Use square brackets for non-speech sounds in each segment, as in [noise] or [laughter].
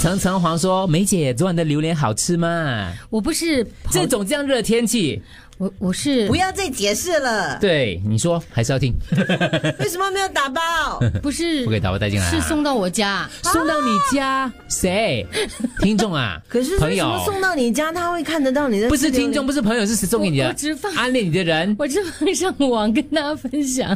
程程黄说：“梅姐，昨晚的榴莲好吃吗？我不是这种这样热的天气，我我是不要再解释了。 [laughs] 对你说还是要听，为什么没有打包？不是不给打包带进来啊是送到我家。送到你家谁？听众啊，可是朋为什友么送到你家，他会看得到你的？不是听众，，不是朋友，是送给你我的我只放暗恋你的人。我正放上网跟大家分享，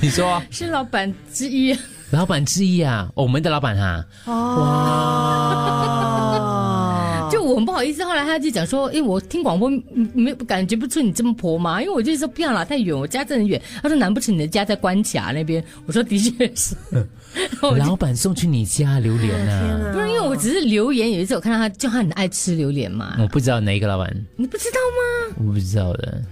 你说是老板之一，老板之一啊，我们的老板啊，哦，就我很不好意思。后来他就讲说，哎，我听广播嗯没有感觉不出你这么婆妈，因为我就说不要啦，太远，我家真的很远。他说难不成你的家在关卡那边？我说的确是，嗯哦我就老板送去你家榴莲啊，不是因为我只是留言，有一次我看到他，就他很爱吃榴莲嘛，我不知道哪一个老板，你不知道吗？我不知道的。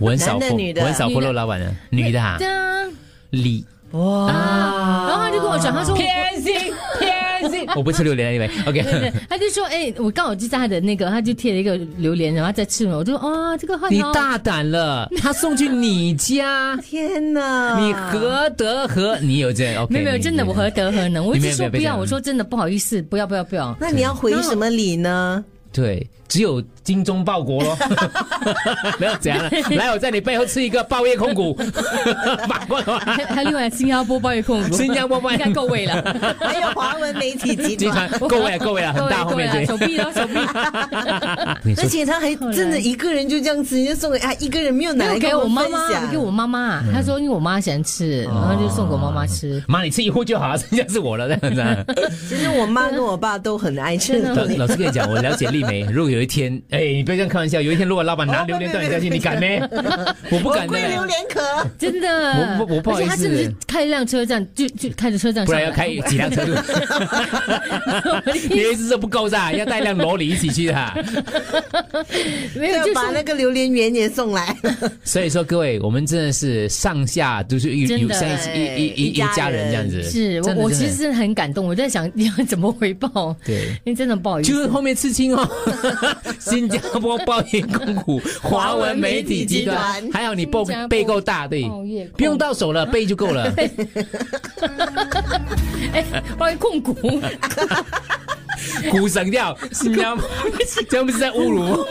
我很少男的 follow- 女的我很少女的 follow 老板的，女的啊对，啊，李然后他就跟我讲，他说我偏啊心偏心，我不吃榴莲，因为 [laughs] OK， [laughs] 他就说：“哎、我刚好就在他的那个，他就贴了一个榴莲，然后他在吃嘛，我就啊、这个很 [laughs] 你好。大胆了，他送去你家， [laughs] 天哪！你何德何？你有这 OK？没有没有，你真的我何德何能？我一没直有说没不有要，没有我说真的不好意思，不要不要不要。那你要回什么礼呢？对，只有精忠报国咯。 [laughs] 没有怎样了，来，我在你背后吃一个爆裂控股， [laughs] 反过 [laughs] 来。还还有另外新加坡包月控股，新加坡包月应该够味了，还有华文媒体集集团团。够位了， [laughs] 啊够位了，很大后够味面了这手里。臂哦手臂，你 [laughs] 而说且他还真的一个人就这样子，人家送哎给他一个人，没有拿没来有给跟我妈们妈分，享我给我妈妈，嗯她说因为我妈喜欢吃，然后就送给我妈妈吃。妈，你吃一户就好， [laughs] 剩下是我了，这样子啊。其实我妈跟我爸都很爱吃真的老榴莲。老师跟你讲，我了解丽梅。如果有一天，哎，你不要这样开玩笑，有一天如果老板拿哦榴莲不到你不家去，不你敢咩？我不敢的我跪，榴莲壳，真的，我我我不好意思而且她真的是开一辆车站，就就开着车站不上来，然要开几辆车路。 [laughs] 你的意思是不够是吧？要带辆罗里一起去的啊。没有，就就是把那个榴莲圆也送来。所以说，各位，我们真的是上下都是有真有的像一哎一一一一家家人人这样子。是我真的我真其的实真的很感动，我在想 [laughs] 你要怎么回报。 [laughs] 对。因为真的不好意思，就是后面刺青 [laughs] 哦，新加坡报业控股华文媒体集华文团媒体集，团还有你背新加坡背够大，对报业控，股不用到手了，背就够 [laughs] 了。哎，关于控股， [laughs] [laughs] 鼓省掉，新加坡，这样不是在侮辱？